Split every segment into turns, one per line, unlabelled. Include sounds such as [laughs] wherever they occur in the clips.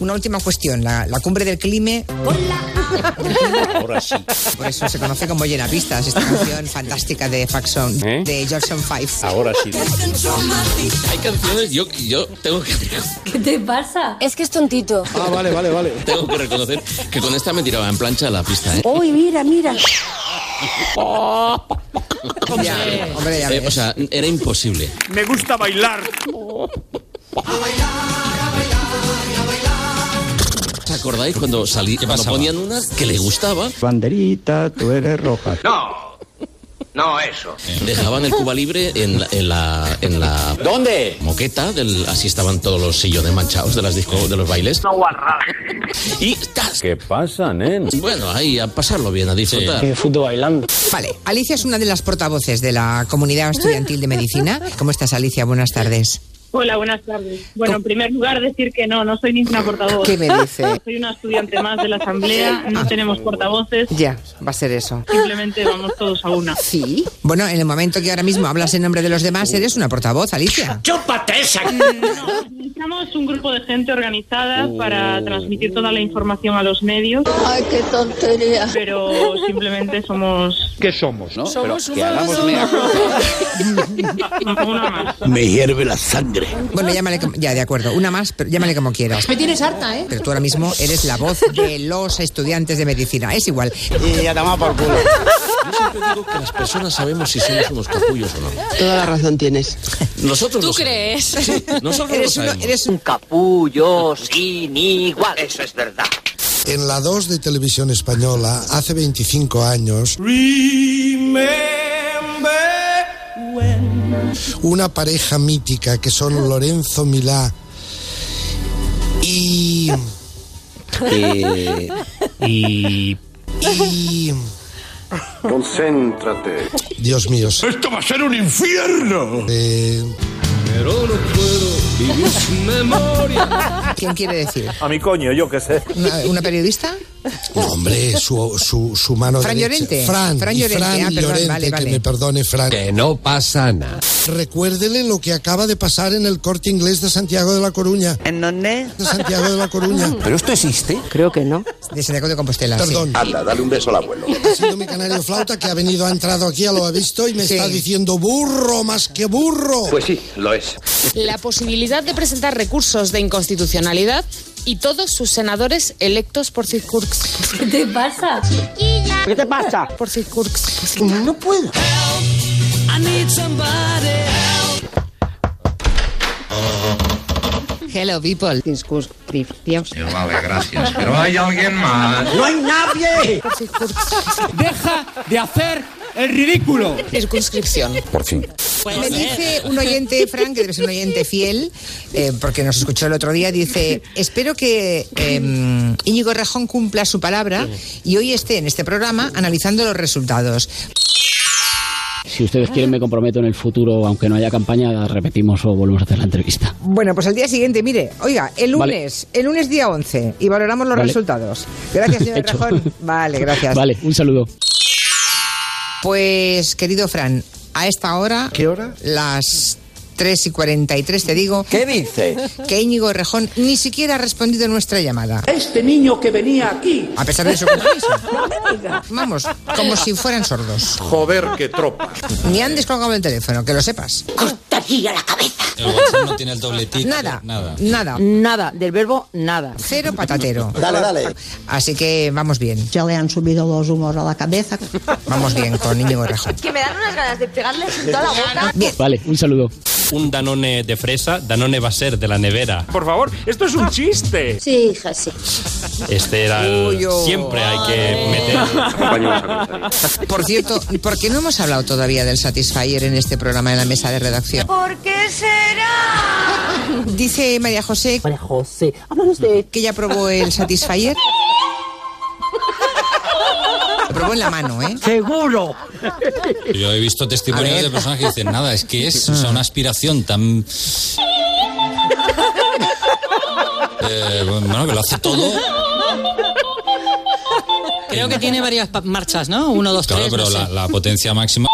Una última cuestión, la, la cumbre del clima,
Ahora sí.
por eso se conoce como Llenapistas, esta canción fantástica de Faxon,
¿Eh?
de Jackson Five.
Ahora sí.
Hay canciones, yo, yo tengo, que, [laughs]
¿Qué te pasa?
Es que es tontito.
Ah, vale, vale, vale.
tengo que reconocer que con esta me tiraba en plancha a la pista. ¿eh?
Uy, mira, mira.
Ya, hombre, ya
Eh,
ves.
o sea, era imposible.
Me gusta bailar.
¿Os acordáis cuando, salí, cuando ponían una que le gustaba?
Banderita, tú eres roja.
No. No, eso.
Dejaban el Cuba Libre en la, en la, en la
¿Dónde?
moqueta, del, así estaban todos los sillones manchados de, las disco, de los bailes. Y ¡tas!
¿Qué pasa, nen?
Bueno, ahí a pasarlo bien, a disfrutar.
fútbol bailando.
Vale, Alicia es una de las portavoces de la comunidad estudiantil de medicina. ¿Cómo estás, Alicia? Buenas tardes.
Hola, buenas tardes. Bueno, en primer lugar decir que no, no soy ninguna portavoz.
¿Qué me dice?
Soy una estudiante más de la asamblea, no tenemos portavoces,
Ya, va a ser eso.
simplemente vamos todos a una.
Sí. Bueno, en el momento que ahora mismo hablas en nombre de los demás, eres una portavoz, Alicia.
¡Chúpate esa!
Estamos un grupo de gente organizada para transmitir toda la información a los medios,
Ay, qué tontería.
pero simplemente somos
¿Qué somos? ¿No?
Pero que hagamos mea.
[laughs] una más.
Me hierve la sangre.
Bueno, llámale como... Ya, de acuerdo. Una más, pero llámale como quieras.
Me tienes harta, ¿eh?
Pero tú ahora mismo eres la voz de los estudiantes de medicina. Es igual.
Y ya tomado por culo.
Yo siempre digo que las personas sabemos si somos unos capullos o no.
Toda la razón tienes.
Nosotros
¿Tú
lo
crees?
sabemos. Sí, nosotros
Eres,
lo
uno-
sabemos.
eres un...
Capullo sin igual. Eso es verdad.
En la 2 de Televisión Española, hace 25 años, una pareja mítica que son Lorenzo Milá y...
Eh,
Y...
y...
Concéntrate.
Dios mío.
¡Esto va a ser un infierno!
eh,
Pero no puedo vivir sin memoria.
¿Quién quiere decir?
A mi coño, yo qué sé.
¿Una, Ah, una periodista?
no, hombre, su, su, su mano
Fran
derecha.
Llorente.
Fran,
Fran
y
Llorente,
Fran
ah, perdón,
Llorente,
vale, vale.
que me perdone, Fran.
no pasa nada.
Recuérdele lo que acaba de pasar en el corte inglés de Santiago de la Coruña.
¿En dónde?
De Santiago de
[laughs]
la Coruña.
¿Pero esto existe?
Creo que no.
De Santiago de Compostela. sí.
Perdón.
Anda, dale un beso al abuelo.
Ha sido mi canario flauta que ha venido, ha entrado aquí, ya lo ha visto y me
Sí.
está diciendo burro más que burro.
Pues
sí, lo es.
La posibilidad de presentar recursos de inconstitucionalidad y todos sus senadores electos por circunscripción.
¿Qué te pasa?
¿Qué te pasa?
Por circunscripción.
No puedo.
Hello, people.
Circunscripción.
Vale, gracias. Pero hay alguien más.
¡No hay nadie!
Deja de hacer el ridículo.
Circunscripción.
Por fin.
Me dice un oyente, Frank, que debe ser un oyente fiel, eh, porque nos escuchó el otro día, dice, espero que eh, Íñigo Rejón cumpla su palabra y hoy esté en este programa analizando los resultados.
Si ustedes quieren, me comprometo en el futuro, aunque no haya campaña, repetimos o volvemos a hacer la entrevista.
Bueno, pues al día siguiente, mire, oiga, el
Vale.
lunes, el lunes día 11, y valoramos los
Vale.
resultados. Gracias, señor
[laughs] Hecho.
Rejón. Vale, gracias.
Vale, un saludo.
Pues, querido Fran, a esta hora...
¿Qué hora?
Las 3 y 43, te digo,
¿Qué dices?
que Íñigo Rejón ni siquiera ha respondido a nuestra llamada.
Este niño que venía aquí.
A pesar de su compromiso. Vamos, como si fueran sordos.
Joder, qué tropa.
Ni han descolgado el teléfono, que lo sepas.
El WhatsApp no tiene el doble tic.
Nada,
Nada.
nada.
Nada, del verbo nada.
Cero patatero.
Dale, dale.
Así que vamos bien,
Ya le han subido los humos a la cabeza.
vamos bien con Íñigo Rejón.
Que me dan unas ganas de pegarles en toda la boca.
Bien,
Vale, un saludo.
Un Danone de fresa. Danone va a ser de la nevera.
Por favor, esto es un chiste.
Sí, hija, sí.
Este era
Uy, oh. siempre
hay que meter.
por cierto, ¿por qué no hemos hablado todavía del Satisfyer en este programa en la mesa de redacción?
¿Por qué será?
Dice María José
María José, háblanos de...
que ya probó el Satisfyer. Lo probó en la mano, ¿eh?
¡Seguro!
Yo he visto
A
testimonios
ver.
de personas que dicen nada, es
[laughs]
que es o sea, una aspiración tan. Eh, bueno, que lo hace todo.
Creo que tiene varias pa- marchas, ¿no? Uno, dos,
Claro,
tres,
pero
no sé.
la, la potencia máxima.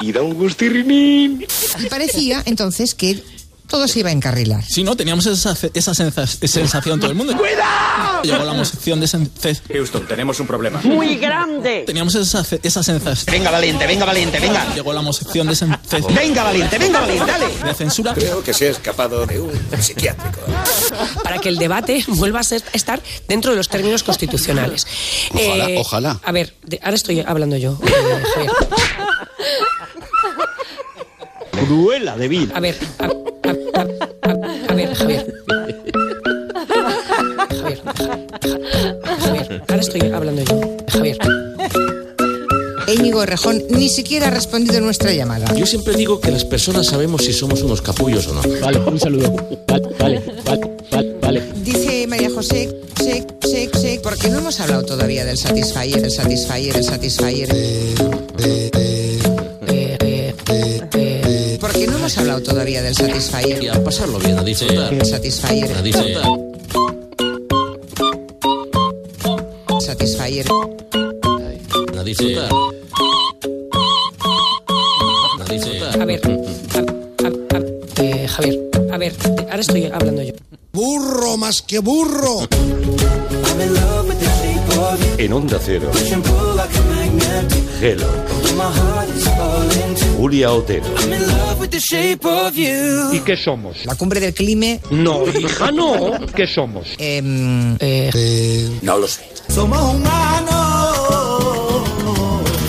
Y da un gustirrinín.
Y parecía entonces que todo se iba a encarrilar.
Sí, no, teníamos esa, esa sensa- sensación todo el mundo. ¡Cuidado! Llegó la moción de Sánchez. Houston, tenemos un problema.
Muy grande.
Teníamos esa, esa sensación.
Venga, valiente, venga, valiente, venga.
Llegó la moción de
[laughs]
Sánchez.
Venga, valiente, venga, valiente, dale.
De censura. Creo que se ha escapado de un psiquiátrico.
para que el debate [laughs] vuelva a ser- a estar dentro de los términos constitucionales. Eh,
Ojalá, ojalá.
A ver, de- ahora estoy hablando yo.
Cruela de vida.
A ver, a, a- a- a ver, Javier. Javier, Javier, ahora estoy hablando yo. Javier.
Íñigo Rejón ni siquiera ha respondido nuestra llamada.
Yo siempre digo que las personas sabemos si somos unos capullos o no.
Vale, un saludo. Vale, vale, vale, vale, vale.
Dice María José, sé, sé, sé, porque no hemos hablado todavía del Satisfyer, el Satisfyer, el Satisfyer. Porque no hemos hablado todavía del Satisfyer.
Y a pasarlo bien, a disfrutar.
El Satisfyer.
A disfrutar.
Satisfyer.
A disfrutar. A disfrutar.
A ver, a- a- a- eh, Javier, a ver, ahora estoy hablando yo.
Burro más que burro.
En Onda Cero. Hello. Julia Otero.
¿Y qué somos? La cumbre del clima. Em,
No, hija, no.
¿Qué somos? no lo sé. Somos humanos.